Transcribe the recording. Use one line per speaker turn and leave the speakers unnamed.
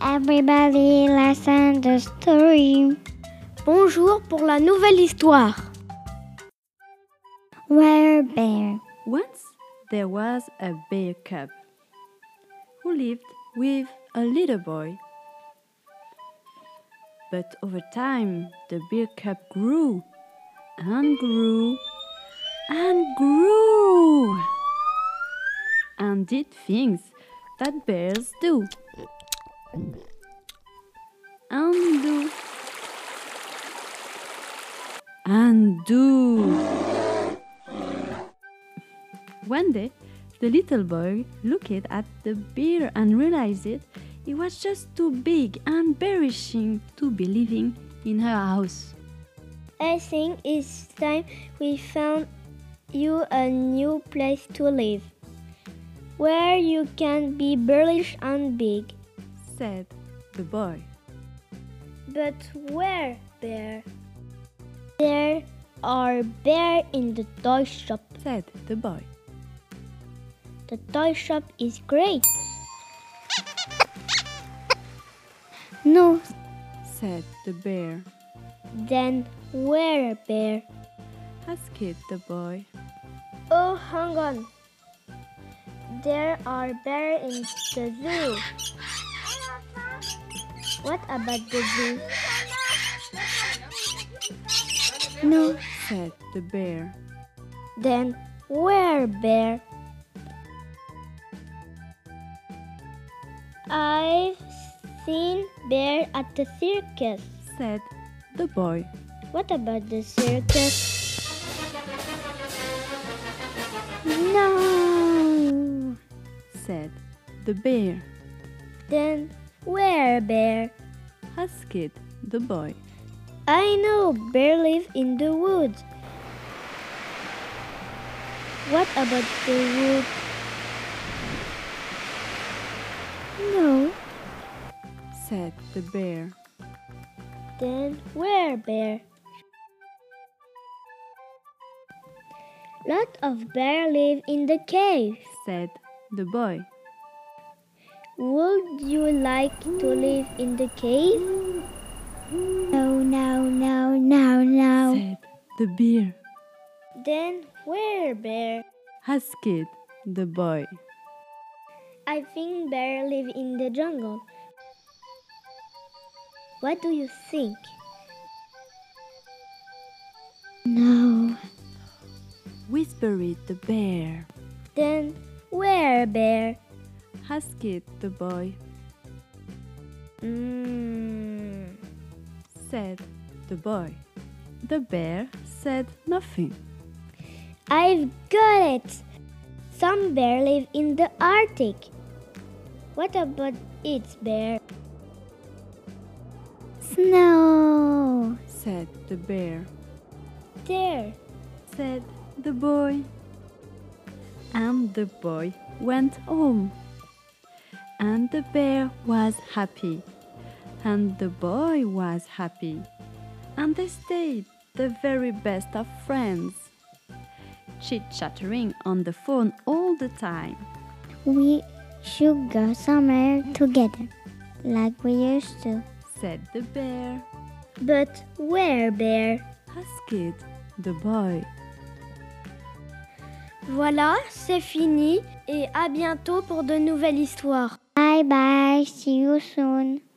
Everybody listen the story.
Bonjour pour la nouvelle histoire.
Where bear?
Once there was a bear cub who lived with a little boy. But over time, the bear cub grew and grew and grew and did things that bears do and do and do. One day, the little boy looked at the bear and realized it was just too big and perishing to be living in her house.
I think it's time we found you a new place to live, where you can be burlish and big.
Said the boy.
But where, bear? There are bear in the toy shop.
Said the boy.
The toy shop is great.
No,
Said the bear.
Then where, bear?
Asked the boy.
Oh, hang on. There are bears in the zoo. What about the zoo?
no,
Said the bear.
Then where, bear? I've seen bear at the circus.
Said the boy.
What about the circus?
no.
Said the bear.
Then where, bear?
Asked the boy.
I know bear live in the woods. What about the woods?
No,
Said the bear.
Then where, bear? Lot of bear live in the cave.
Said the boy.
Would you like to live in the cave?
no, no, no, no, no.
Said the bear.
Then where, bear?
Asked the boy.
I think bear live in the jungle. What do you think?
No,
Whispered the bear.
Then where, bear?
Asked the boy.
Mmm.
Said the boy. The bear said nothing.
I've got it. Some bear live in the Arctic. What about its bear?
snow.
Said the bear.
There.
Said the boy. And the boy went home. And the bear was happy. And the boy was happy. And they stayed the very best of friends. Chit chattering on the phone all the time.
We should go somewhere together, like we used to.
Said the bear.
But where, bear?
Asked the boy.
Voilà, c'est fini et à bientôt pour de nouvelles histoires.
Bye bye, see you soon.